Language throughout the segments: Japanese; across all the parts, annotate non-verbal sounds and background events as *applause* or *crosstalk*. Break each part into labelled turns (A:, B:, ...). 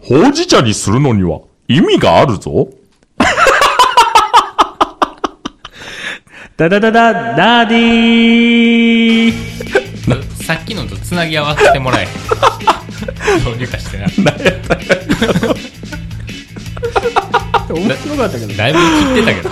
A: ほうじ茶にするのには意味があるぞ。
B: ダダダダ、ダーディー
C: さっきのとつなぎ合わせてもらえへんどうにかしてな
B: 面白かったけど。
C: だいぶ切ってたけど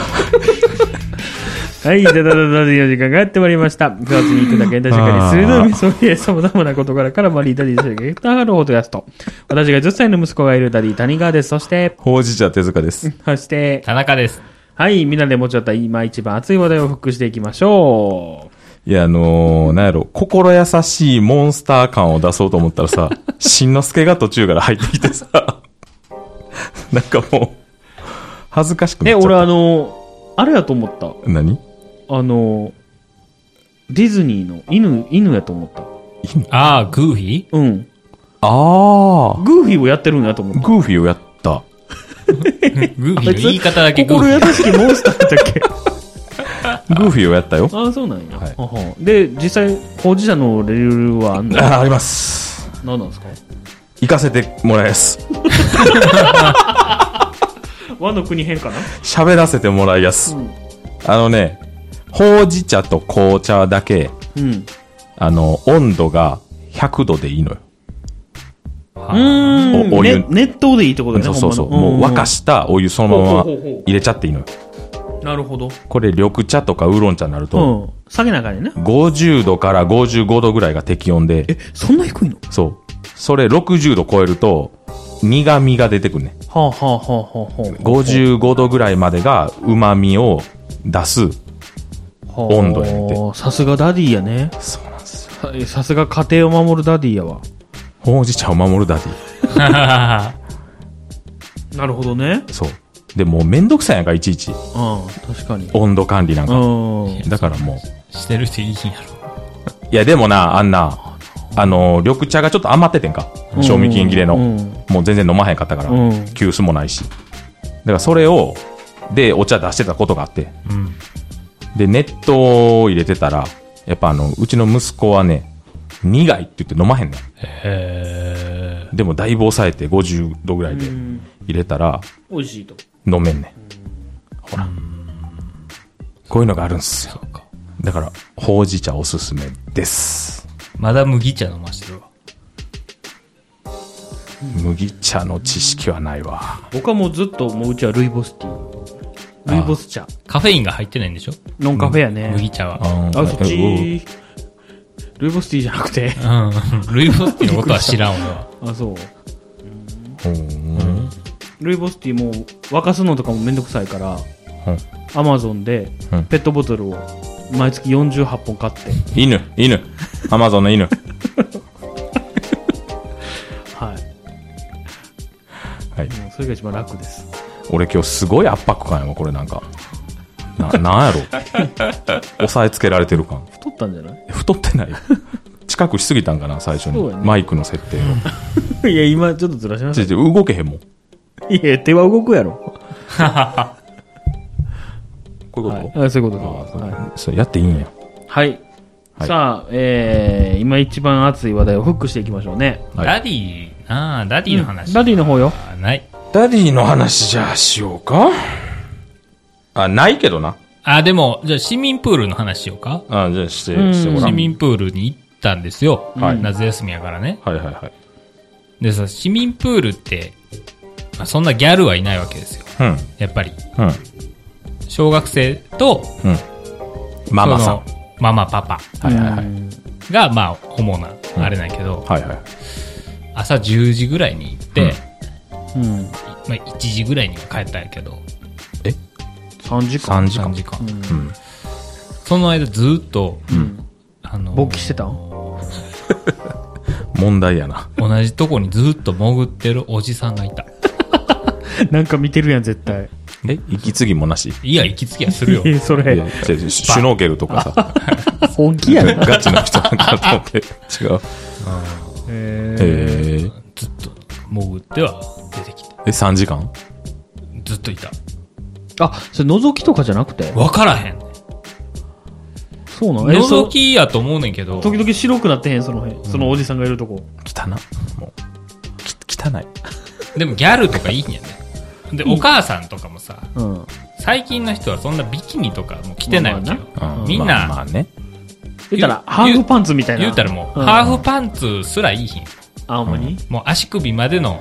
B: はい、ダダダダダで4時間がやってまいりました。9月に行くだけ、確かに、鋭い目そえ、様々な事柄からマリーダディーでゲクターハローホトヤスト。私が10歳の息子がいるダディ、谷川です。そして、
A: ほうじ茶手塚です。
B: そして、
C: 田中です
B: はい、みんなで持ち寄った今一番熱い話題をフックしていきましょ
A: いや、あのー、なんやろ、心優しいモンスター感を出そうと思ったら *laughs* さ、しんのすけが途中から入ってきてさ、なんかもう、恥ずかしく
B: う。
A: なっ
B: ね、
A: ちゃった。
B: 俺あの、あれやと思った。
A: 何
B: あの、ディズニーの犬、犬やと思った。
C: ああグーフィー
B: うん。
A: あ
B: グーフィーをやってるんやと思っ
A: ー、
B: た。
A: グーフィーをやった。
C: グーフィーの言い方だけグーフ
B: 心
C: ィ
B: 優
C: ー
B: しきモンスターだっけ
A: グーフィーをやったよ。
B: *laughs* ああ、そうなんや。
A: はい
B: あはで、実際、当事者のレールは
A: *laughs*
B: あんの
A: あーあります。
B: 何なんですか
A: 行かせてもらいます。
B: 和の国変かな
A: 喋らせてもらいやす。
B: ん
A: あのね、ほうじ茶と紅茶だけ、
B: うん。う
A: あの、温度が100度でいいのよ。
B: ーん。
A: おお湯
B: ね熱湯でいいってことだ
A: そ
B: よ
A: う
B: ね。
A: そうそう。
B: ほんまの
A: もう沸かしたお湯そのまま
B: ほうほうほうほう
A: 入れちゃっていいのよ。
B: うんなるほど。
A: これ緑茶とかウーロン茶になる
B: う
A: と、
B: ん。下げなあかんねんな。
A: 50度から55度ぐらいが適温で、
B: そんな低いの
A: そう。それ60度超えると、苦味が出てくるね。
B: はあはあはあはあはあ。
A: 55度ぐらいまでが旨味を出す。温度やねんて
B: はあさすがダディやね。
A: そうなんですよ。
B: ささすが家庭を守るダディやわ。
A: ほうじ茶を守るだけ。
B: なるほどね。
A: そう。で、もうめんどくさいやんか、いちいち。
B: うん。確かに。
A: 温度管理なんか。
B: うん。
A: だからもう。
C: *laughs* してる人いいんやろ
A: いや、でもな、あんな、あの、緑茶がちょっと余っててんか。賞味期限切れの。
B: うん
A: もう全然飲まへんかったから。
B: うん
A: 急須もないし。だからそれを、で、お茶出してたことがあって。
C: うん
A: で、熱湯を入れてたら、やっぱあの、うちの息子はね、苦いって言って飲まへんね
C: へ
A: ん。でもだいぶ抑えて50度ぐらいで
B: ん
A: 入れたら、
B: 美味しいと。
A: 飲めんねん。ほら。こういうのがあるんすよ。
C: えか
A: だから、ほうじ茶おすすめです。
C: まだ麦茶飲ましてるわ
A: 麦茶の知識はないわ。
B: 僕はもうずっと、もううちはルイボスティー。ルイボス茶。
C: カフェインが入ってないんでしょ
B: ノンカフェやね。
C: 麦茶は
A: あ
B: あ、そっち。ルイボスティーじゃなくて。
C: うんルイボスティーのことは知らん *laughs* わ
B: あ、そう。ルイボスティーも沸かすのとかもめんどくさいから、アマゾンで
A: うん
B: ペットボトルを毎月48本買って、
A: 犬、犬。アマゾンの犬。
B: はい。
A: はい。
B: もうそれが一番楽です。
A: 俺今日すごい圧迫感やわ、これなんか。な、
B: *laughs*
A: なんやろ。押さえつけられてる感。
B: 太ったんじゃない *laughs*
A: 太ってないよ。近くしすぎたんかな、最初
B: そう
A: に。
B: やね
A: マイクの設
B: *laughs*
A: 定を。
B: いや、今ちょっとずらしま
A: ちょ
B: し
A: いちょい動けへんもん。
B: た。いや、手は動くやろ。
A: こういう
B: はい
A: こ、と、
B: あそういうこ
A: ああそ
B: と
A: う
B: ではい
A: そうやっていいんや。
B: はい。
A: はい
B: さあ、えー、今一番熱い話題をフックしていきましょうね。
A: はい
C: ダディああダディの話
B: ダディの方よ。
C: あない
A: ダディの話じゃあしようか。あ、ないけどな。
C: あでもじゃあ市民プールの話しようか
A: あ、じゃあして、
B: うん
A: してごら
C: 市
A: ん。
C: 民プールに行ったんですよ、
A: はい
C: 夏休みやからね
A: はいはいはい。
C: でさ市民プールって、まあ、そんなギャルはいないわけですよ
A: うん。
C: やっぱり
A: うん。
C: 小学生と
A: うん。ママさん。は
C: そのママパパ
A: いはいはい。
C: がまあ主なあれなんやけど、
A: はいはい。
C: 朝10時ぐらいに行って、
A: うん
B: うん。
C: まあ、1時ぐらいには帰ったんやけど
B: 3時間。
A: 3時間
C: 3。時間、
A: うん。
C: その間ずっと、あのー
B: 勃起してたん
A: 問題やな。
C: 同じとこにずっと潜ってるおじさんがいた
B: なんか見てるやん、絶対。
A: え息継ぎもなし
C: いや息つき
A: *laughs*
C: はするよ
B: え、そ
A: いや
B: れ、
A: 違う違うシュノーケルとかさ、
B: 本気やな。
A: ガチの人なんかと思って。違う。
B: えー
A: えー、
C: ずっと潜っては出てきて
A: え、3時間
C: ずっといた
B: あ、それ覗きとかじゃなくて
C: 分からへん
B: そうなのえそ
C: 覗きやと思うねんけど
B: 時々白くなってへん、その辺。そのおじさんがいるとこ。
A: 汚な。もう。き汚い。
C: でもギャルとかいいんやね。で、お母さんとかもさ、
B: うん。
C: 最近の人はそんなビキニとかもう着てないわけよ。
A: うん
C: みん
A: まあま
C: な、
A: あね。
B: 言ったら、ハーフパンツみたいな。
C: 言うたらもう、
B: ん
C: ハーフパンツすらいいひん。
B: あ、ほんまに
C: もう足首までの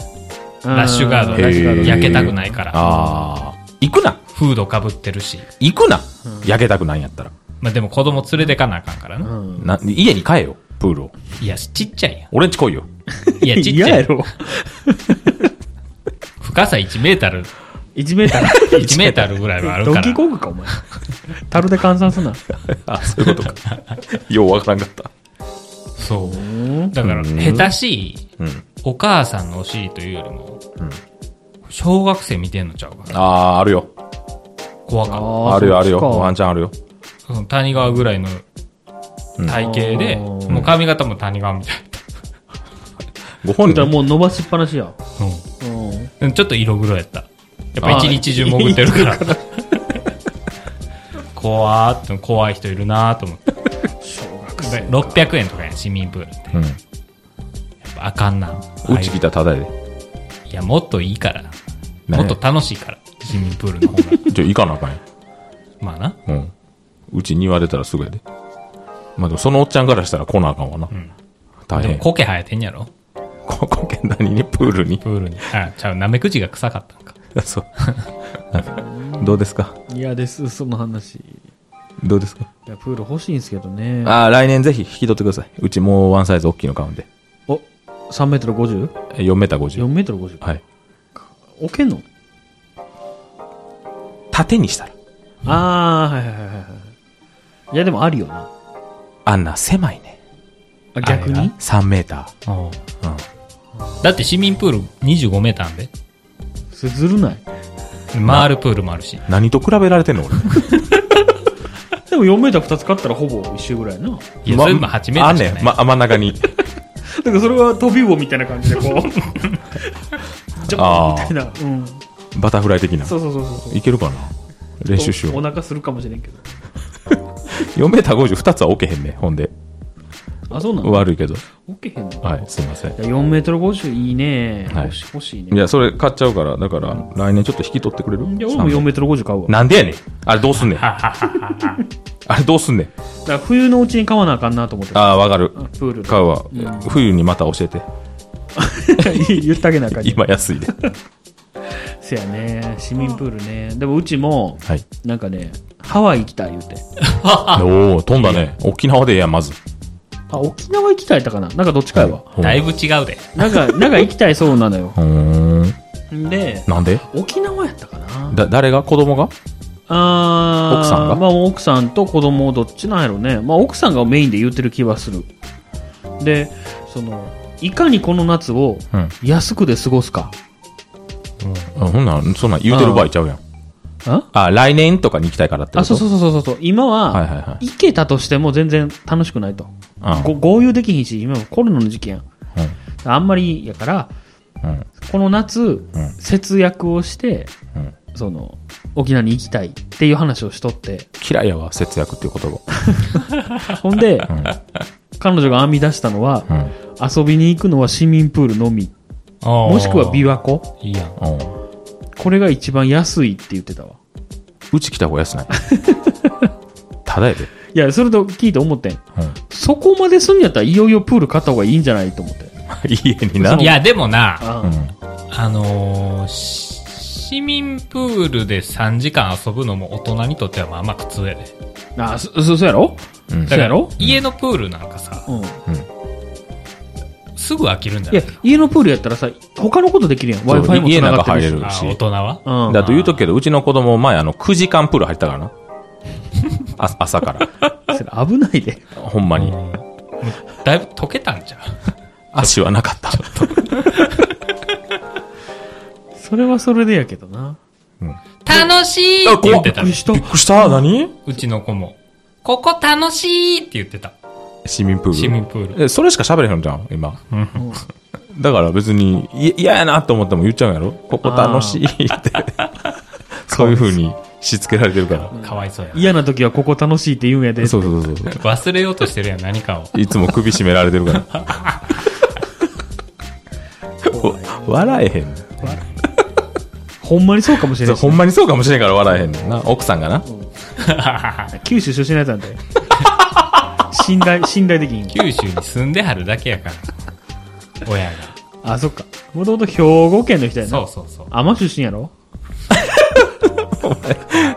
B: うん
C: ラッシュガード
B: ラッシュガード
A: へー
C: 焼けたくないから、
A: ああ。行くな
C: フードかぶってるし。
A: 行くな、焼けたくないんやったら。
C: まあでも子供連れてかなあかんからな。
B: うん。
A: な家に帰よ、プールを。
C: いや、ちっちゃいや
A: 俺んち来いよ。
C: ん。い
B: *laughs*
C: や、ちっち
B: 嫌
C: ゃ
B: や
C: い。
B: ろ。
C: 深さ1メートル、
B: 1メーター。
C: 1メートルぐらいはある
B: ド
C: か
B: ンキー
C: ら。
B: コングか、お前。樽で換算すな。
A: あ、そういうことか。ようわからんかった。
C: そう。だから、下手しい
A: うん。
C: お母さんのお尻というよりも、
A: うん
C: 小学生見てんのちゃうかな。
A: ああ、あるよ。
C: 怖かっ
A: あるよ、あるよ。ワ
B: あ
A: ンチャンあるよ。
C: たその谷川ぐらいの体型で、
B: う
C: もう髪型も谷川みたい
A: ご本
B: そっか
A: 人、
B: もう伸ばしっぱなしや。
C: な。
B: うん。
C: うん。ちょっと色黒やった。やっぱ一日中潜ってるから。 *laughs* 怖ーって、怖い人いるなーと思って。
B: 小学
C: で600円とかやん、市民プールって。
A: う
C: やっぱあかんな。
A: ん。うち来たただやで。
C: いや、もっといいから。
A: ね
C: もっと楽しいから。市民プールの方
A: *laughs*
C: が。
A: じゃあ行かなあかんや
C: まあな。
A: うん。うちに言われたらすぐやで。まあでもそのおっちゃんからしたら来なあかんわな。大
C: でも
A: 変。
C: 苔生えてんやろ
A: こ *laughs* こけ何にプールに。
C: プールに。あ、ちゃう、なめくじが臭かったんか。
A: そう。どうですか
B: 嫌です、その話。い
A: どうですか
B: や、プール欲しいんですけどね。
A: ああ、来年ぜひ引き取ってください。うちもうワンサイズ大きいの買うんで。
B: お、3メートル 50?4
A: え4メーター50。
B: メートル 50?
A: はい。
B: 置けんの
A: 縦にしたら。
B: あー、はいはいはいはいはい。いや、でもあるよな。
A: あんな狭いね。
B: あ逆
C: あれ
B: に
A: 3メーター。うん。
C: だって市民プール25メーターあんで。
B: それずるない。
C: 回るプールもあるし。
A: 何と比べられてんの俺。
B: でも4メーター2つ買ったらほぼ一周ぐらいやな。
C: いや、
A: ま
C: 全部8メーターしか
A: あん
C: な
A: ね
C: い。
A: ん、ま、真ん中に。
B: だからそれは飛び棒みたいな感じ *laughs* でこう。ジャ
A: あ
B: ッ
A: ー
B: みたいな。うん。
A: バタフライ的な。
B: そうそうそうそうそう。
A: いけるかな練習しよ
B: お
A: う。
B: お腹するかもしれんけど。
A: 4メーター50、2つは置けへんね。ほんで。
B: あ、そうなの
A: 悪いけど。
B: 置けへんの
A: はい、すいません。
B: いや4メートル50いいね。
A: はい
B: 欲し欲しい
A: い
B: ね。
A: や、それ買っちゃうから、だから、来年ちょっと引き取ってくれる
B: いや、俺も4メートル50買うわ。
A: なんでやねん。あれどうすんねん。あ *laughs* れどうすんねん。
B: だから冬のうちに買わなあかんなと思ってた。
A: ああ、わかる。
B: プール。 *laughs*
A: 買うわ。冬にまた教えて。
B: 言ってあげなあかんね。
A: 今安い
B: *laughs*
A: で。
B: せやね。市民プールね。でもうちも、
A: はい。
B: なんかね、ハワイ行きたい言うて。
A: おお飛んだね。沖縄でええやん、まず。
B: あ、沖縄行きたいだかななんかどっちかやわ。
A: うん
C: だいぶ違うで。
B: なんか、なんか行きたいそうなのよ。
A: うーん。
B: で、
A: なんで
B: 沖縄やったかな
A: だ、誰が子供が
B: あー
A: 奥さんが
B: まあ奥さんと子供どっちなんやろね。まあ奥さんがメインで言ってる気はする。で、その、いかにこの夏を
A: うん。
B: 安くで過ごすか。
A: あほんなん、そんなん言うてる場合ちゃうやん。
B: あ
A: あ、来年とかに行きたいからってこと
B: あ、そうそうそうそうそう。今は、
A: はいはいは
B: 行けたとしても全然楽しくないと。
A: い。
B: ご合流できひんし、今もコロナの時期やん。あんまりやから、
A: うん。うん。
B: この夏、
A: うん
B: 節約をして、
A: うん
B: その、沖縄に行きたいっていう話をしとって、
A: 嫌いやわ、節約っていう言葉。
B: ほんで、
A: ん
B: 彼女が編み出したのは、
A: うん。
B: 遊びに行くのは市民プールのみ、も
C: も
B: しくは琵琶湖。
C: いいやん。
A: うん
B: これが一番安いって言ってたわ。
A: うち来た方が安
B: *laughs*
A: ない。ただやで。
B: いや、それと聞いて思ってん。
A: うん。 *laughs*
B: そこまですんやったらいよいよプール買った方がいいんじゃないと思って。
A: 家にな。
C: いや、でもな、
B: あ
A: う
B: あ
A: ん。
C: あのーし市民プールで3時間遊ぶのも大人にとってはまあまあ苦痛やで。
B: ああ、そ、そ、そうやろ
A: うん
C: だ
B: そう
C: か
B: や
C: ら
B: ろ、
C: 家のプールなんかさ、
B: うん。い
C: すぐ飽きるんじゃな
B: や
C: い、
B: 家のプールやったらさ、他のことできるやん。
A: そう
B: Wi-Fi も
A: 家の
B: 繋が
A: 中
B: ってるし。
A: 入れる
C: あ
A: し
C: 大人は
B: うん。
A: だと言うとくけど、うちの子供前、あの、9時間プール入ったからな。あ朝から。
B: それ危ないで。
A: ほんまに。
C: だいぶ溶けたんじゃう
A: 足はなかった。
B: それはそれでやけどな。
C: 楽しいって言ってた
B: びっく。りした。
A: くした何
C: うちの子も。ここ楽しいって言ってた。
A: 市民プール。
C: 市民プール。
A: え、それしか喋れへんじゃん、今。だから別に、い嫌やなと思っても言っちゃうんやろここ楽しいって。そういう風にしつけられてるから。
C: かわいそうやな。
B: 嫌な時はここ楽しいって言うんやで。
A: そうそうそうそう。
C: 忘れようとしてるやん、何かを。
A: いつも首絞められてるから。お笑えへん。
B: ほんまにそうかもしれ
A: そ
B: な
A: う
B: い。
A: ほんまにそうかもしれんから笑えへんねんな。奥さんがな。
B: 九州出身のやつな
A: *laughs*
B: んで。信頼、信頼できん。
C: 九州に住んではるだけ
B: *laughs*
C: やから。親が。
B: あ、そっか。もともと兵庫県の人や
C: そ
B: な
C: う。そうそう。
B: 天出身やろ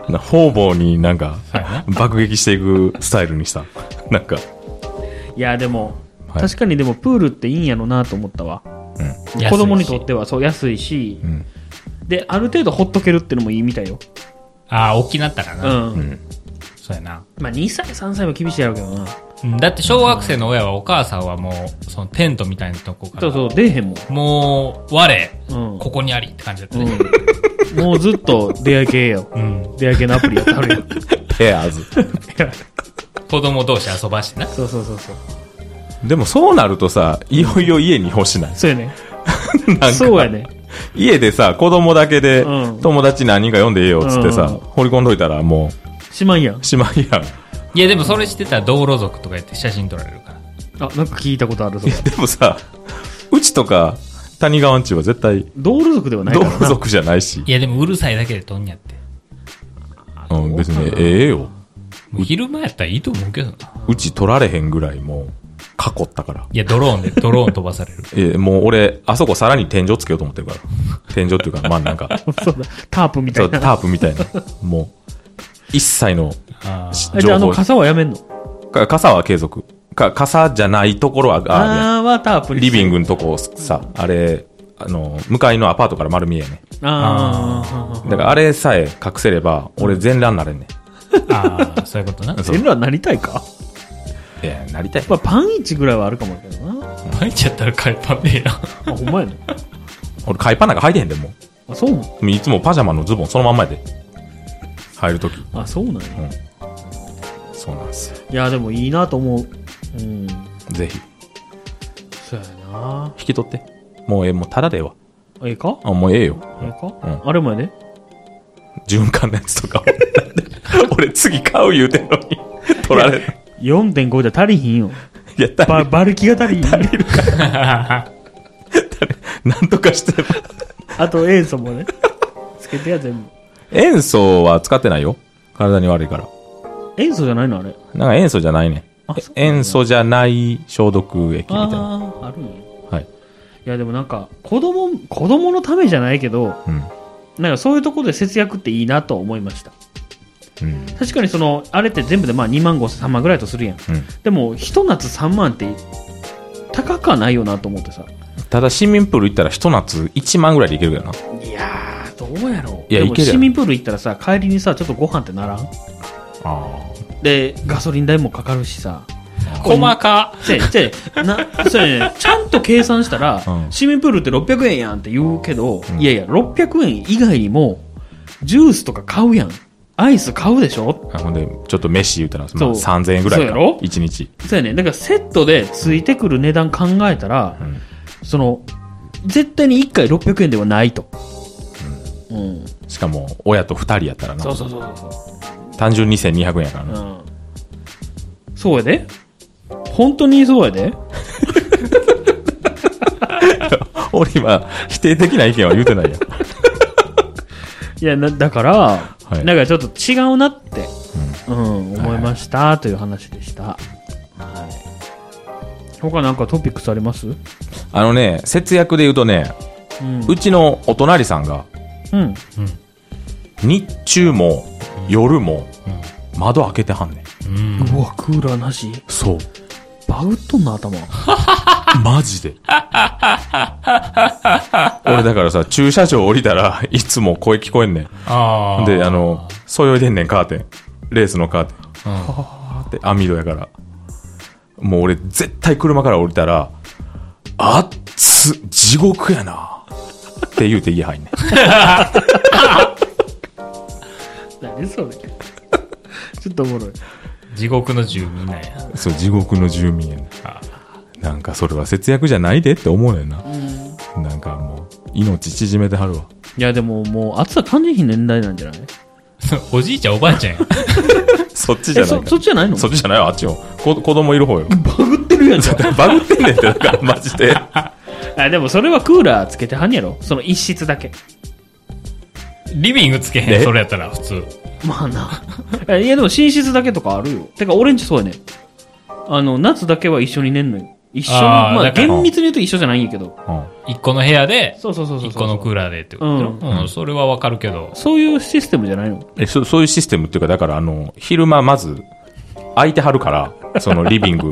A: な方々になんか
C: そうやな、
A: 爆撃していくスタイルにした。 *laughs* なんか、
B: いや、でも、
A: はい
B: 確かにでもプールっていいんやろなと思ったわ。
C: 安いし
B: 子供にとってはそう安いし、
A: ん
B: で、ある程度ほっとけるってのもいいみたいよ。
C: ああ、大きなったか
B: う
C: な。
B: ん。
C: そうやな。
B: まあ、2歳、3歳は厳しいやろうけどな。
C: うんだって小学生の親はお母さんはもう、そのテントみたいなとこから。
B: そうそう、出えへんもん。
C: もう、我、
B: うん
C: ここにありって感じだったね。
B: うん、もうずっと出会い系よ。
C: うん。
B: 出会い系のアプリやってはるよ。
A: ペアーズ。
C: 子供同士遊ばして
B: *laughs*
C: な。
B: そうそうそうそう。
A: でもそうなるとさ、いよいよ家に欲しない。
B: そうやね。
A: *laughs* なんか
B: そうやね。
A: 家でさ、子供だけで
B: うん、
A: 友達何人か読んでええよっつってさ、
B: うん
A: 掘り込んどいたらも
B: しまんやん
A: う、。しまいやん。
C: いや、でもそれしてたら道路族とかやって写真撮られるから。
B: あ、なんか聞いたことあるぞ。
A: でもさ、うちとか、谷川んちは絶対、
B: 道路族ではない
A: 同
B: からな。
A: 族じゃないし
C: い、や、でもうるさいだけで撮んやって。
A: うん、別にええよ。
C: もう昼間やったらいいと思うけどな。
A: うち取られへんぐらいもう、囲ったから。
C: いや、ドローンで、ドローン飛ばされ
B: *laughs*
C: る。
A: えもう俺、あそこさらに天井つけようと思ってるから。天井っていうか、まあなんか、
B: そうだ。タープみた
A: そ
B: いう
A: タ
B: な。
A: ープみたいな。もう、一切の
C: あー
B: えじ
A: 情
B: ゃあ、あの、
A: 報。
B: 傘はやめんの
A: か傘は継続。か傘じゃないところは、あ
B: あーはタープに
A: リビン
B: グ。
A: グのとこさ、あれ、あの、向かいのアパートから丸見えやね。
B: あ
A: だからあれさえ隠せれば、俺全裸になれんね
C: あー、そういうことな。
A: ん。
B: あ。
A: そう
B: 全。裸なりたいか
A: いや、なりたい。
B: まあ、パンイチぐらいはあるかもだけどな。
C: 入っちゃったら買いパンでええな。
B: あ、ほんまやね。
A: 俺、海パンなんか履いてへんで、も
B: あ、そうなの
A: う。いつもパジャマのズボンそのまんまやで。入るとき。
B: あ、そうなんや。
A: そうなんですよ。
B: いや、でもいいなと思う。うん。
A: ぜひ、
B: そうやな。
A: 引き取って。もうええ、もうただでええわ。
B: ええか
A: あ、もうええよ。
B: あれか、
A: うん
B: あれもやね。
A: 循環のやつとか。俺、次買う言うてんの *laughs* に、取られる。
B: 4.5じゃ足りひんよ。
A: いや、た
B: ば、バルキが足りひんよ。
A: なんとかして。
B: あと塩素もね。つけてや、全部。
A: 塩素は使ってないよ。体に悪いから。
B: 塩素じゃないのあれ。
A: なんか塩素じゃないね
B: あそう。なんだ
A: 塩素じゃない消毒液みたいな。
B: ああ、あるんや。
A: はい。
B: いや、でもなんか、子供、子供のためじゃないけど、
A: うん。
B: なんかそういうところで節約っていいなと思いました。
A: うん。
B: 確かにその、あれって全部でまあ2万5千3万ぐらいとするやん。
A: うん。
B: でも、ひと夏3万って、高くはないよなと思ってさ。
A: ただ、市民プール行ったら、ひと夏1万ぐらいでいけるけどな。
B: いやー、どうやろう。
A: いや
B: で
A: い
B: も
A: けるやろ
B: 市民プール行ったらさ、帰りにさ、ちょっとご飯ってならん
A: あ
B: で、ガソリン代もかかるし *laughs* さ。
C: 細か。
B: せやせやなそうやね、ちゃんと計算したら、
A: うん
B: 市民プールって600円やんって言うけど、いやいや、600円以外にも、ジュースとか買うやん。アイス買うでしょ
A: あ。ほんで、ちょっと飯言うたら、まあ、
B: そう
A: 3000円ぐらい
B: そ
A: か
B: うやろ。
A: 1日。
B: そうやね。だからセットでついてくる値段考えたら、
A: ん
B: その、絶対に1回600円ではないと。うん。
A: しかも、親と2人やったらな。
B: そうそうそうそう。
A: 単純2200円やからな。
B: うん。そうやで。本当にそうやで。
A: 俺今、否定的な意見は言うてないやん。
B: いや、なだから、
A: い
B: なんかちょっと違うなって、うん、思いました、という話でした。はい。他なんかトピックスありますうん。
A: あのね、節約で言うとね、うちのお隣さんが、
B: うん。
A: 日中も夜も窓開けてはんねん。
C: うん。
B: うわ、クーラーなし。
A: そう。
B: バウっとんな、 *laughs* 頭。
A: マジ
C: *laughs*
A: で。俺だからさ、駐車場降りたらいつも声聞こえんねん。
C: ああ。
A: で、あの、そよいでんねん、カーテン。レースのカーテン。
C: うん、
A: あーって網戸やから。もう俺絶対車から降りたら、あっつ、地獄やな。って言うて家入んねん。
B: 何そ *laughs* れ。ちょっとおもろい。
C: 地獄の住民なんや。
A: そう、地獄の住民やねん。なんかそれは節約じゃないでって思うねんな。なんかもう、命縮めてはるわ。
B: いや、でももう暑さ感じひん年代なんじゃない
C: *laughs* おじいちゃんおばあ
A: *laughs*
C: ちゃんや。
A: そっちじゃ
B: え、
A: ない
B: そ、
A: か
B: そっちじゃないの
A: そっちじゃないわ、あっちよ。こ子供いる方よ。
B: バグってるやんじゃん。
A: バグってんねんって、だからマジで。
B: あ、でもそれはクーラーつけてはんやろその一室だけ。
C: リビングつけへ
A: え
C: ん、それやったら、普通。
B: まあな。 *laughs* えいや、でも寝室だけとかあるよ。てか、俺んちそうやね。あの、夏だけは一緒に寝んのよ。一緒に、
C: あー
B: まあ、
C: だから
B: 厳密に言うと一緒じゃないんやけど。
A: うん
C: 一個の部屋で、
B: そうそうそうそう
C: 一
B: そう。
C: 個のクーラーでってこと
B: う
C: うん、それはわかるけど。
B: そういうシステムじゃないの
A: えそそういうシステムっていうかだからあの昼間まず空いてはるからそのリビング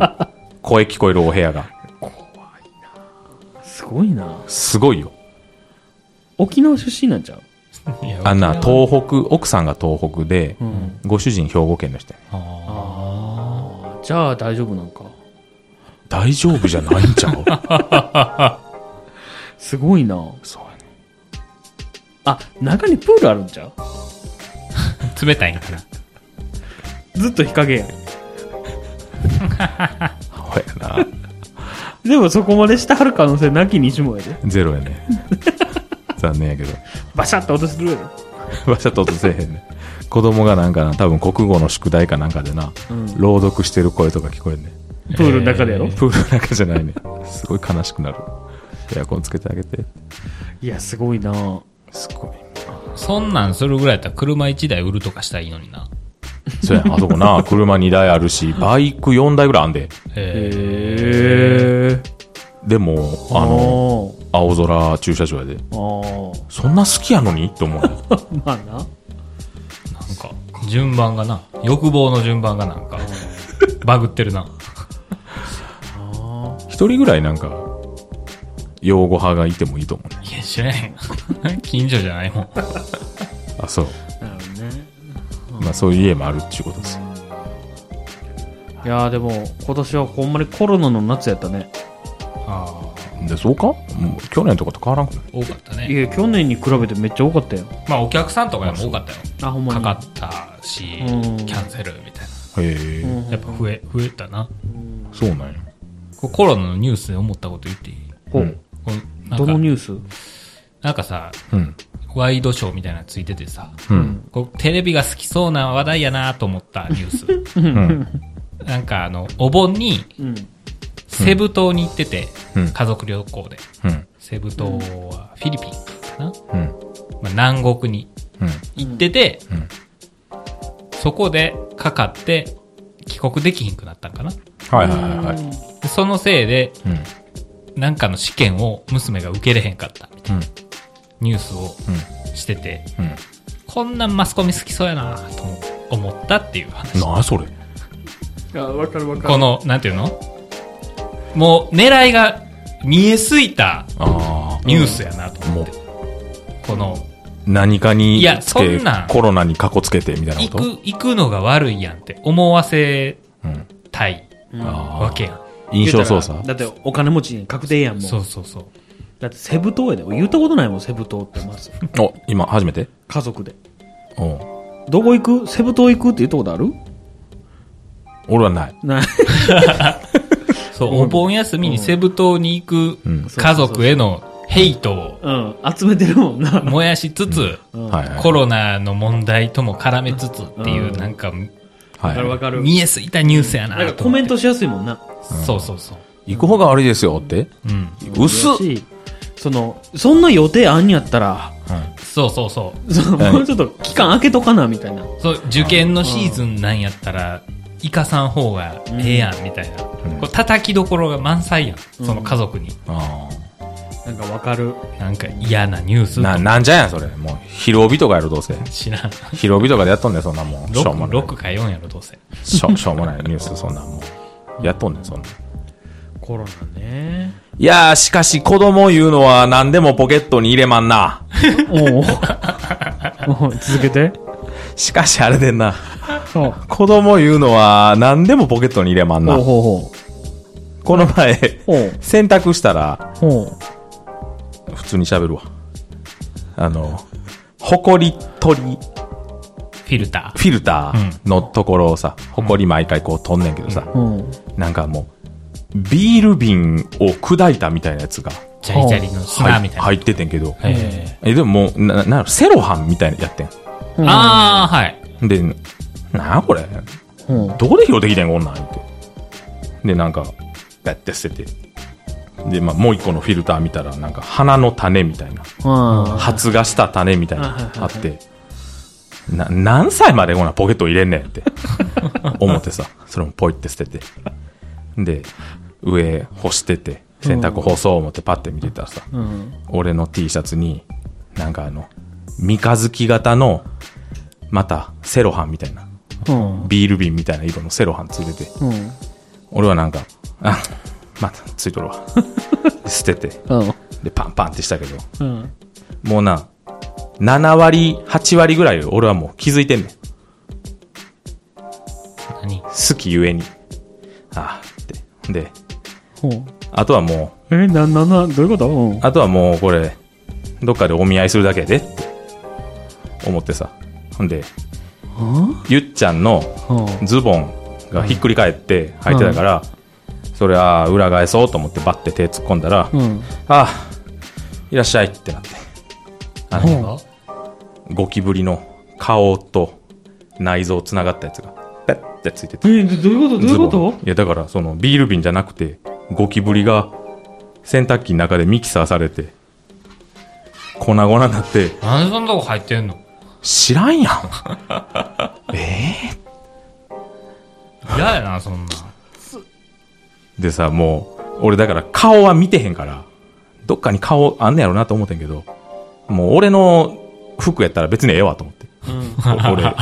A: 声聞こえるお部屋が
B: すごいな。
A: すごいよ
B: 沖縄出身なんちゃう
C: いや
A: あんな
C: 沖縄
A: 東北奥さんが東北で、
B: ん
A: ご主人兵庫県の人やね
C: あ
B: ああ、じゃあ大丈夫なんか。
A: 大丈夫じゃないんちゃう
B: すごいな。
A: そうやね
B: あ、中にプールあるんちゃう
C: ー冷たいんかな。
B: ずっと日陰やん。
A: ほやな
B: でもそこまでしてはる可能性なきにしもやで。
A: ゼロやね *laughs* 残念やけど
B: バシャッと落とするやろ。
A: わしゃと落とせえへんね子供がなんかな多分国語の宿題かなんかでな、
B: うん
A: 朗読してる声とか聞こえんね
B: プールの中でやろ、
A: プールの中じゃない *laughs* ねすごい悲しくなるエアコンつけてあげて
B: いや、すごいな。
A: すごい
C: そんなんするぐらいやったら車1台売るとかしたらいいのにな。
A: そうやんあそこな、車2台あるし、バイク4台ぐらいあんで。
C: え
B: え。
A: でも、あの、青空駐車場やで。
B: あー
A: そんな好きやのにって思うよ。
B: あー。まあな。
C: ー、なんか、順番がな、欲望の順番がなんか、バグってるな。
B: あー
A: 一人ぐらいなんか、養護派がいてもいいと思うね。
C: いや、知らへん。 *laughs* 近所じゃないもん。
A: あ、そう。
B: なるほどね。
A: まあそういう家もあるっていうことですよ。
B: いやーでも、今年はほんまにコロナの夏やったね。
C: あ
A: で、そうかもう去年とかと変わらんくない
C: ー多かった
B: い
C: ね。
B: や、去年に比べてめっちゃ多かったよ。
C: まあ、お客さんとかでも多かったよ。
B: あ、ほんま
C: か
B: に。
C: かったし、キ
B: うん
C: ャンセルみたい
A: へえ、
B: うん
C: な。やっぱ増え、増えたな。
A: そうなんや。
C: これコロナのニュースで思ったこと言っていい
B: ほう
A: うん
C: こうなん
B: どの
C: か
B: ニュース
C: なんかさ、
A: うん。
C: ワイドショーみたいなのついててさ、
A: うん。
C: こうテレビが好きそうな話題やなと思ったニュース。
A: うん。
C: なんかあの、お盆に
B: うん。
C: セブ島に行ってて、
A: うん
C: 家族旅行で。
A: うん。
C: セブ島はフィリピンかな、
A: うん。
C: まあ、南国に
A: うん。
C: 行ってて、
A: うん
C: そこでかかって帰国できひんくなったんかな
A: はいはいはいはい。
C: でそのせいで、
A: うん。
C: なんかの試験を娘が受けれへんかったみたいな
A: うん。
C: ニュースをしてて、
A: うん。
C: こんなんマスコミ好きそうやなと思ったっていう話。
A: なあそれ。
B: あ、わかるわか
C: この、なんていうのもう狙いが見えすいた
A: あ
C: ニュースやなと
A: あ。
C: 思
A: も
C: っ
A: う
C: て。、この、
A: 何かに
C: いや
A: つけ
C: そんなん
A: コロナにかこつけてみたいな
C: 行
A: こと
C: く、行くのが悪いやんって思わせ
A: うん、
C: たい
A: あー
C: わけやん。
A: 印象操作
B: だってお金持ちに確定やんもん
C: そうそうそう。
B: だってセブ島やで俺言ったことないもんセブ島ってまず
A: お今初めて
B: 家族で
A: おう
B: どこ行くセブ島行くって言ったことある
A: 俺はない
B: ない
C: そう、お盆休みにセブ島に行く
A: うん
C: 家族へのヘイトを
B: うん集めてるもんな
C: 燃やしつつ、
B: うん
A: はいはい
C: コロナの問題とも絡めつつっていうう、
B: ん
C: なんか、
A: は
B: わかるわ
A: い
B: かる
C: 見えすいたニュースやな
B: なんか
C: と
B: コ
C: 思
B: メ
C: って
B: ントしやすいもんな
C: そうそうそう。
A: 行く方が悪いですよって
C: うん。
A: 薄っ
B: だしそのそんな予定あんやったら
C: そうそうそ
B: その
A: はい
B: もうちょっと期間空けとかなみたいな
C: う。そう、受験のシーズンなんやったら、イカさん方がええやんみたいな。
A: ん
C: こう叩きどころが満載やん。その家族に。
A: あ
B: なんかわかる
C: なんか嫌なニュース
A: あな
C: と
A: なんじゃやんそれもう広帯とかやろどうせ
C: 知らん。
A: 広帯とかでやっとんねんそんなもんしょうも
C: 6、
A: な
C: 6
A: い
C: か4やろ、どうせ。
A: しょしょうもないニュースそんなんもうやっとんねんそんなん
B: コロナね
A: いやーしかし子供いうのは何でもポケットに入れまんな
B: おうおう *laughs* 続けて
A: しかしあれでんな
B: そう
A: 子供いうのは何でもポケットに入れまんな
B: ほうほ
A: この前
B: うほう
A: 洗濯したら
B: ほうほう
A: 普通に喋るわあのほこり取り
C: フィルタ
A: フィルターのところをさ、ほこり毎回こう取んねんけどさ、
B: うん。
A: なんかもう、ビール瓶を砕いたみたいなやつが
C: ー。ジャリジャリの砂
A: 入
C: み
A: った
C: いな。
A: 入っててんけど、
C: え
A: え、でももう、な、なんやろセロハンみたいなやって
C: えああ、はい。
A: ん。で、なあこれ、
B: うん。
A: どこで拾ってきてんこんなんって。で、なんか、やって捨てて、で、まあ、もう一個のフィルター見たら、なんか、花の種みたいな。
B: は
A: 発芽した種みたいなの
B: あ
A: あって、な、何歳までこんなポケット入れんねん *laughs* って、思ってさ、それもポイって捨てて。で、上干してて、洗濯干そう思ってパッて見てたらさ、
B: い。うん。
A: 俺の T シャツに、なんかあの、三日月型の、また、セロハンみたいな、
B: うん。
A: ビール瓶みたいな色のセロハンついてて、
B: うん。
A: 俺はなんか、あ、また、ついとるわ。 *laughs* 捨てて、で、パンパンってしたけど、
B: うん。
A: もうな、7割、8割ぐらい俺はもう気づいてんねん。
C: 何
A: 好きゆえに。ああって。で、
B: うん。
A: あとはもう、
B: え、な、な、な、どういうことうん。
A: あとはもうこれ、どっかでお見合いするだけやでって思ってさ。ほんで、ゆっちゃんの
B: うん。
A: ズボンがひっくり返って履いてたから、それは裏返そうと思ってバッて手突っ込んだら、あ
B: うん。
A: あ、いらっしゃいってなって。あの、
C: が
A: ゴキブリの顔と内臓つながったやつが、ペッてついてて。
B: え、どどういうことどういうこ
A: ズボ
B: と
A: ンいやだからそのビール瓶じゃなくてゴキブリが洗濯機の中でミキサーされて粉々になって
C: なんでそんなとこ入ってんの
A: 知らんやんえ
C: 嫌やな、そんな。
A: ーでさもう俺だから顔は見てへんからどっかに顔あんねやろなと思ってんけどもう俺の服やったら別にええわと思って
B: うん。
A: お俺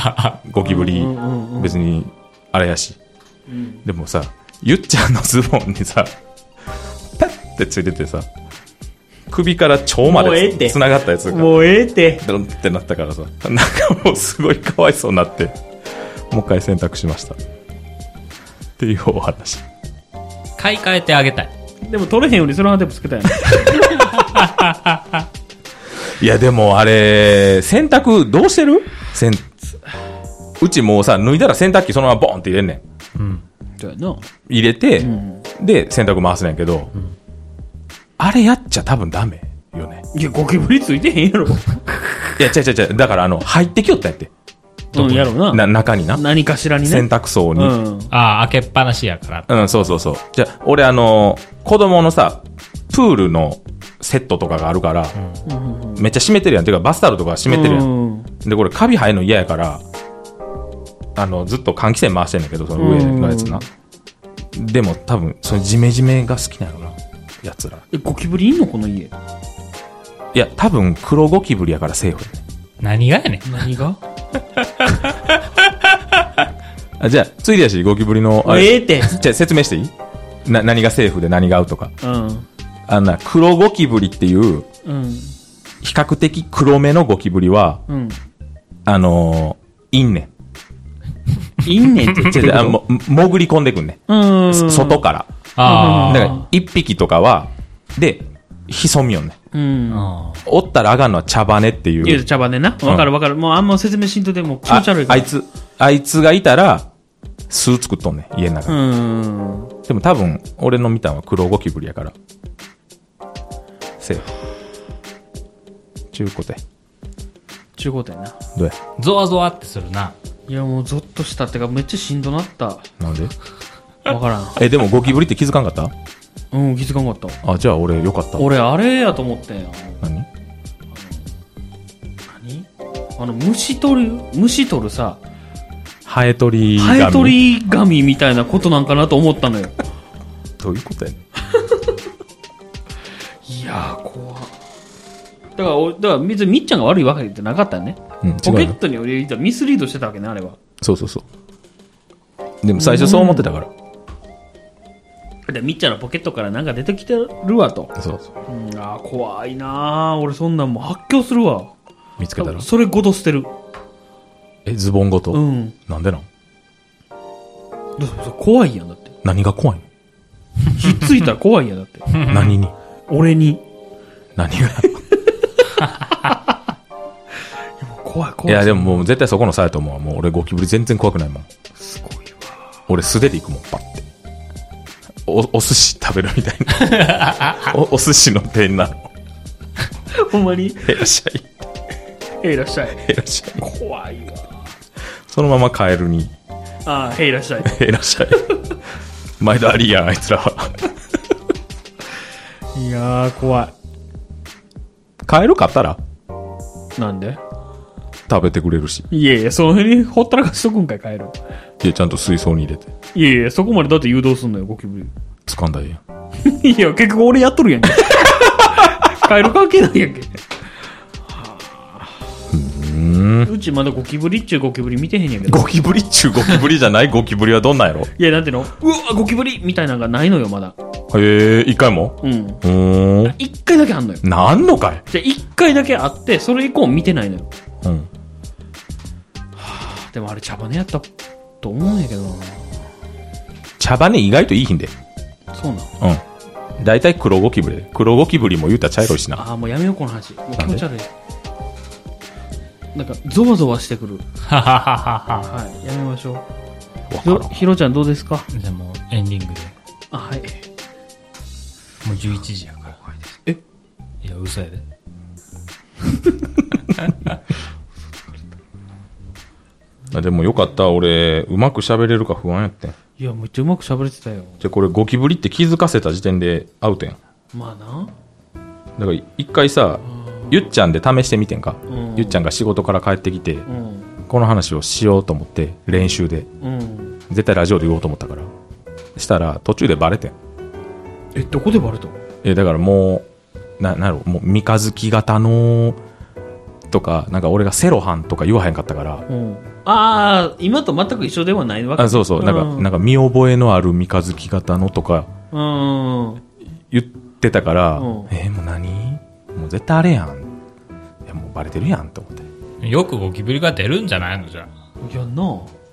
A: ゴキブリ
B: うんうんうんうん
A: 別にあれやしでもさゆっちゃんのズボンにさパッてついててさ首から腸ま
B: もうええっ
A: で
B: て
A: つながったやつが
B: もうええって。
A: ドロンってなったからさなんかもうすごいかわいそうになってもう一回洗濯しましたっていうお話
C: 買い替えてあげたい。
B: でも取れへんよりそのハンテープつけたやん。
A: いやでもあれ洗濯どうしてる洗うちもうさ脱いだら洗濯機そのままボンって入れんねん
C: うん。
B: じゃあな。
A: 入れて、
B: ん
A: で洗濯回すねんけど、あれやっちゃ多分ダメよね
B: いや、ゴキブリついてへんやろ。
A: いや違う違う違うだからあの入ってきよったんやって
B: うん、やろうな。
A: な中にな
B: 何かしらにね。
A: 洗濯槽に、
B: う
A: うん
B: ん。
C: ああ、開けっぱなしやから。
A: そうそうそうじゃあ俺あの子供のさプールのセットとかがあるから、めっちゃ閉めてるやんていうかバスタオルとか閉めてるやん、
B: うん
A: でこれカビ生えるの嫌やからあのずっと換気扇回してんだけどその上のやつな、でも多分そのジメジメが好きなのなやつら
B: え、ゴキブリいんのこの家。
A: いや多分黒ゴキブリやからセーフやね
C: 何がやねん。
B: 何が
A: あじゃあついでやしゴキブリのあれ
B: ええって。
A: じゃあ説明していいな何がセーフで何がアウトか
B: うん。
A: あのな黒ゴキブリっていう
B: うん。
A: 比較的黒めのゴキブリは
B: うん。
A: あのー、いんね
B: いんねんって言っ
A: ん違
B: て
A: う違うあも潜り込んでくんね
B: うんん。
A: 外からだ
C: ああ。
A: から一匹とかはで潜みよんねん
B: うん。
C: あ
A: おったらあかんのは茶羽ってい
B: ゆう
A: う
B: と茶羽でな。わかるわかる。もうあんま説明しんとでもう気持
A: あ
B: ち悪いか
A: あ
B: ら。
A: いつあいつがいたら巣作っとんねん家の中
B: う
A: に、
B: ん。
A: でも多分俺の見たんは黒ゴキブリやからセーフ中古で
B: ちゅうことやな。
A: どうや
C: ーゾワゾワってするな。
B: いやもうゾッとしたってか、めっちゃしんどなった。わ
A: なんで
B: から
A: えでもゴキブリって気づかんかった
B: ん。うん、気づかんかった。
A: あじゃあ俺よかった
B: 俺、あれやと思ったんや。
A: 何
B: 何あの、虫取る、虫取るさ、
A: ハエ取り紙
B: ハエ取り紙みたいなことなんかなと思ったのよ。
A: どういうことやねん
B: いやー、怖だから俺、だから別にみっちゃんが悪いわけじゃなかったよね。
A: うん
B: ポケ
A: 違う
B: ッ
A: よ
B: トに俺入れたミスリードしてたわけね、あれは。
A: そうそうそうでも最初そう思ってたから、
B: で、みっちゃんのポケットからなんか出てきてるわと。
A: そうそう
B: うん、あー怖いなー俺そんなんもう発狂するわ。
A: 見つけたら
B: それごと捨てる。
A: えズボンごと、
B: うん。
A: なんでなん
B: だってそれ怖いやん、だって。
A: 何が怖い
B: ひっついたら怖いやん、だって。
A: の何に
B: 俺に。
A: 何が
B: 怖い、怖
A: い
B: い。
A: やでももう絶対そこの差やと思うわもう俺ゴキブリ全然怖くないもん
B: すごいわ。
A: 俺素手で行くもんパッておお寿司食べるみたい *laughs* なおお寿司の店なの
B: ほんまに、
A: いらっしゃい
B: へいらっしゃい。
A: いらっしゃい
B: 怖いわ。
A: そのままカエルに
B: ああ、へいらっしゃい。
A: いらっしゃい毎度ありやんあいつらは
B: やー、怖い。
A: カエル買ったら
B: なんで
A: 食べてくれるし。
B: いやいや、その辺にほったらかしとくんかい、帰る。
A: いや、ちゃんと水槽に入れて。
B: いやいや、そこまでだって誘導すんのよ、ゴキブ
A: 掴んだらええやん。
B: リ。 *laughs* いや、結局俺やっとる *laughs* やんけ。帰る関係ないやんけ。
A: うん。
B: うちまだゴキブリっちゅうゴキブリ見てへんやけど。
A: ゴキブリっちゅうゴキブリじゃないゴキブリはどんなんやろ
B: いや、なんていうのうわ、ゴキブリみたいなのがないのよ、まだ。
A: へえ、一回も
B: うん。
A: うーん。
B: 一回だけあんのよ。
A: なんのかい
B: じゃあ一回だけあって、それ以降見てないのよ。
A: うん。
B: でもあれ、茶羽やったと思うんやけど
A: 茶羽ね意外といいひんで。
B: な。そうなの。
A: うん。大体黒ゴキブリで。黒ゴキブリも言うたら茶色いしな。
B: ああ、もうやめよう、この話。もう気持ち悪い。なんか、ゾワゾワしてくる。
C: *laughs* ははははは。
B: はい、やめましょう。
A: わから
B: ひろ
A: ん。
B: ひろちゃんどうですか
C: じゃあもうエンディングで。
B: あ、はい。
C: もう11時やから。えいや、嘘やで。
A: あでもよかった。俺、うまく喋れるか不安やってん。
B: いや、めっちゃうまく喋れてたよ。
A: じゃあこれゴキブリって気づかせた時点でアウトやん。
B: まあな。
A: だから一回さ、ゆっちゃんで試してみてんか。
B: うん
A: ゆっちゃんが仕事から帰ってきて、
B: うん。
A: この話をしようと思って、練習で。
B: うん。
A: 絶対ラジオで言おうと思ったから。したら、途中でバレてん。
B: え、どこでバレたの
A: え、だからもう、な、なんやろ、もう三日月型の、とか、なんか俺がセロハンとか言わへんかったから、
B: うん。ああ、今と全く一緒ではないわけ
A: あそうそう、なんか、なんか見覚えのある三日月型のとか
B: うん。
A: 言ってたから、
B: うん
A: えーもう何もう絶対あれやん。いや、もうバレてるやんと思って。
C: よくゴキブリが出るんじゃないのじゃ
B: いや、な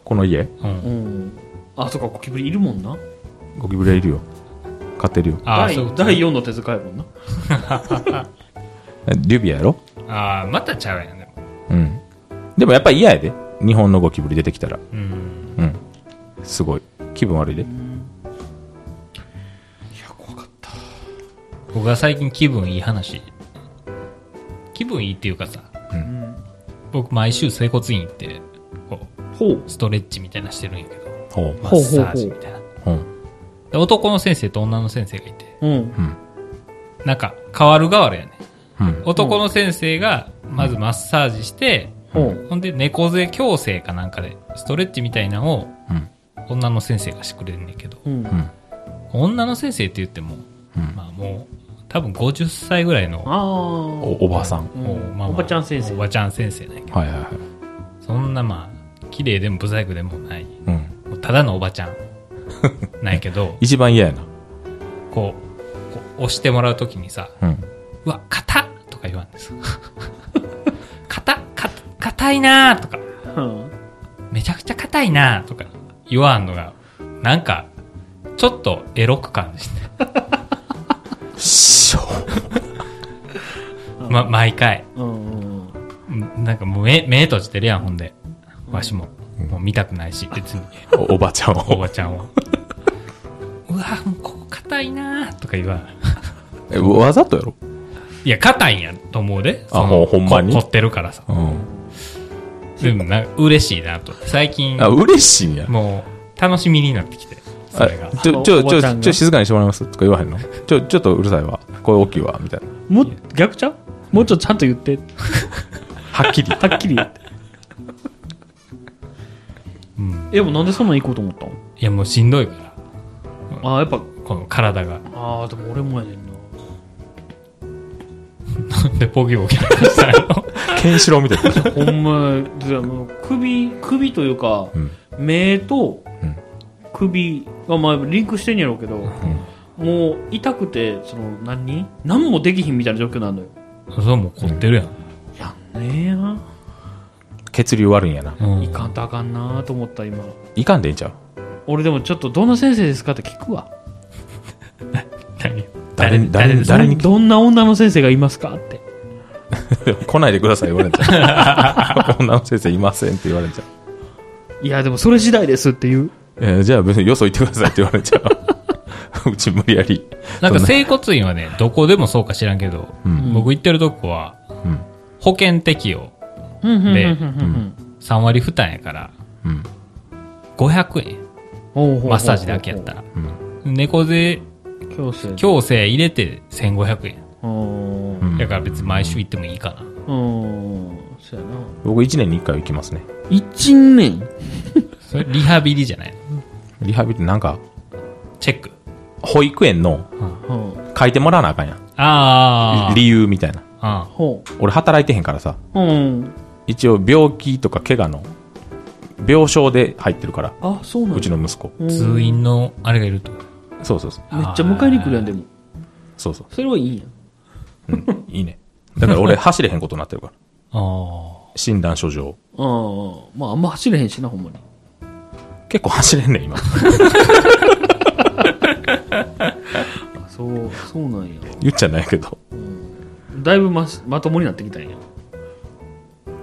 A: この家、
C: あ。う。
B: あ。うんん。あ、そっか、ゴキブリいるもんな。
A: ゴキブリはいるよ。飼ってるよ。
C: ああ、
B: 第
C: そういうこと
B: 第4の手塚やもんな。
A: リュビアやろ
C: ああ、またちゃうやん。でも
A: うん。でもやっぱり嫌やで。日本のゴキブリ出てきたら。
C: うん。
A: うん。すごい。気分悪いで。
B: いや、怖かった。
C: 僕は最近気分いい話。気分いいっていうかさ、
B: うん。
C: 僕毎週整骨院行って、こ
B: ほう。
C: う、ストレッチみたいなのしてるんやけど、
A: ほう。
C: マッサージみたいな。
A: うん。
C: で男の先生と女の先生がいて、
B: うん。
C: なんか、変わる変わるやね。
A: うん。
C: 男の先生が、まずマッサージして、
B: うん。
C: ほんで、猫背矯正かなんかで、ストレッチみたいなのを、
A: うん。
C: 女の先生がしてくれるんだけど、
B: うん。
A: うん。
C: 女の先生って言っても、
A: うん
C: まあもう、多分50歳ぐらいの、
B: ああ。
A: お、おばあさん。
B: うん
C: もうまあまあ
B: おばちゃん先生
C: お。ばちゃん先生なんやけど、
A: はいはいはい。
C: そんなまあ、綺麗でも不細工でもない、
A: うん。
C: もうただのおばち
A: *laughs*
C: ゃん、なんやけど、
A: 一番嫌やな。
C: こう、こう押してもらうときにさ、
A: うん。
C: うわ、硬っとか言わ
A: *laughs*
C: んです。硬っ、か硬いなーとか、
B: うん。
C: めちゃくちゃ硬いなーとか言わんのが、なんか、ちょっとエロく感じて、
A: しょ。
C: ま、毎回。
B: うんうん。
C: うんなんかもう目、目閉じてるやん、ほんで。わしも。もう見たくないし、別
A: *laughs*
C: に。
A: おおばちゃんを
C: お
A: *laughs*
C: ばちゃんを。うわ、もうここ硬いなーとか言わん。
A: えわざとやろ
C: いや、硬いんやと思うで。
A: あ
C: その
A: もうほんまに
C: こ凝ってるからさ。
A: うん。
C: でもなんか嬉しいなと。最近、
A: あ、嬉しいんや。
C: もう、楽しみになってきて、それが
A: あ。ちょ、ち
B: あ
A: ょ、
B: のお
A: ち
B: ば
A: ょ、ち
B: ちゃんが
A: ょ、静かにしてもらいますとか言わへんのちょ、ちょっとうるさいわ。声大きいわ。みたいな。
B: も、逆ちゃんもうちょっとちゃんと言って。
A: はっきり。
B: *laughs* はっきり言って。
C: うん。
B: え、でもなんでそんなん行こうと思ったの
C: いや、もうしんどいから、
B: ああ、やっぱ、
C: この体が。 *laughs*
B: ああ、でも俺もやねんな。
C: なんでボギボギ話したの
A: ケンシロウみたいな。
B: ほんま、じゃあもう首、首というか、
A: うん。
B: 目と
A: うん
B: 首が、まあ、リンクしてんやろうけど、もう痛くて、その、何何もできひんみたいな状況なのよ。
C: それはもう凝ってるやん。
B: やんねえやん。
A: 血流悪いんやな。
C: うん
B: いかんとあかんなと思った、今。
A: いかんでいいんちゃう
B: 俺でもちょっと、どんな先生ですかって聞くわ。
C: 何
A: 誰に
C: 誰です
A: 誰に
B: どんな女の先生がいますかって。
A: *laughs* 来ないでください言われちゃう。女 *laughs* の先生いませんって言われちゃう。
B: いや、でもそれ次第ですっていう。
A: えーじゃあ別によそ行ってくださいって言われちゃう。う *laughs* ち無理やり。
C: なんか
A: そ
C: 整骨院はね、どこでもそうか知らんけど、
A: うん
C: 僕行ってるとこは、
A: うん
C: 保険適用
B: うん、うん、うん、
C: で
B: うん。
C: 3割負担やから、
A: うん。
C: 500円。
B: マ
C: マッサージだけやった。ら。
A: うん。
C: 猫背
B: 強制
C: 強制入れて1500円。
B: うん
A: うん
C: だから別に毎週行ってもいいかな。
B: うんそうやな
A: 僕1年に1回は行きますね。
B: 1年
C: それリハビリじゃない
A: リハビリってなんか、
C: チェック。
A: 保育園の
B: ほ
A: 書いてもらわなあかんやん。
C: あ
A: 理由みたいな。
C: あ。
B: うほ
A: 俺働いてへんからさ、
B: ううん
A: 一応病気とか怪我の、病床で入ってるから、
B: あそうなん
A: うちの息子。
C: う
B: の
C: ん。通院のあれがいると。
A: そうそうそう。
B: めっちゃ迎えに来るやんでも
A: そうそう。
B: それはいいんや
A: うん、いいね。だから俺走れへんことになってる
B: *laughs*
A: から。
C: あ
A: 診断書上。
B: ああまああんま走れへんしなほんまに
A: 結構走れんねん、今。
B: あそうそうなんや
A: 言っちゃないけど。
B: だいぶましまともになってきたんや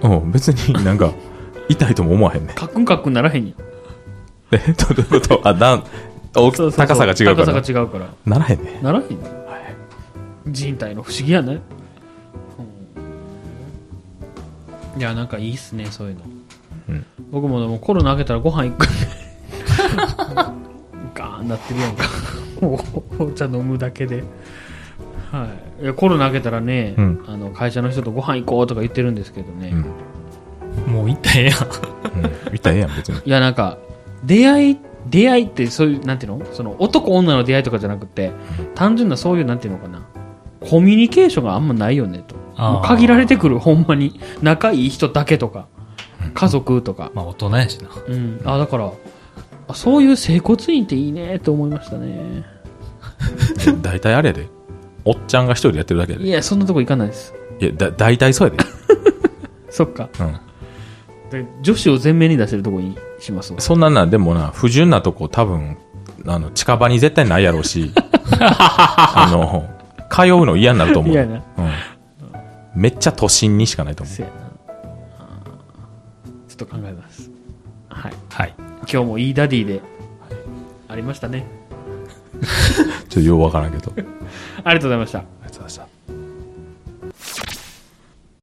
A: うん、別になんか、痛いとも思わへんね。
B: カックンカックンならへんや
A: え、どういうことあ、だん、大き
B: そうそうそう
A: 高さが違うから。
B: 高さが違うから
A: ならへんね。
B: ならへんや人体の不思議やね、うんいやなんかいいっすねそういうの、
A: うん
B: 僕もでもコロナ明けたらご飯行くガーンなってる
A: *laughs*
B: やんかもうお茶飲むだけではい、いやコロナ明けたらね、
A: うん
B: あの会社の人とご飯行こうとか言ってるんですけどね、
A: うん。
C: あ。もう行ったらええやん。
A: うん。痛いやん、別
B: *laughs*
A: に。
B: いやなんか出会い出会いってそういうなんていうのその男女の出会いとかじゃなくて単純なそういうなんていうのかなコミュニケーションがあんまないよねと
C: あー
B: もう限られてくるほんまに仲いい人だけとか家族とか、
C: まあ大人やしな。
B: うん、あだからあそういう整骨院っていいねと思いましたね
A: 大体あれやで。おっちゃんが一人でやってるだけやで。
B: いやそんなとこ行かないです
A: いや、だ、大体そうやで。
B: そっか
A: うん。
B: で女子を前面に出せるとこにしますわ
A: そんなな、でもな、不純なとこ多分、あの、近場に絶対ないやろう
B: *laughs*
A: し、あの、通うの嫌になると思う。
B: 嫌やな
A: うん。めっちゃ都心にしかないと思う。
B: せやなあーちょっと考えますはい
C: はい。
B: 今日もいいダディでありましたね
A: ちょっとようわからんけど。ありがと
B: ありがとうございました
A: うございました。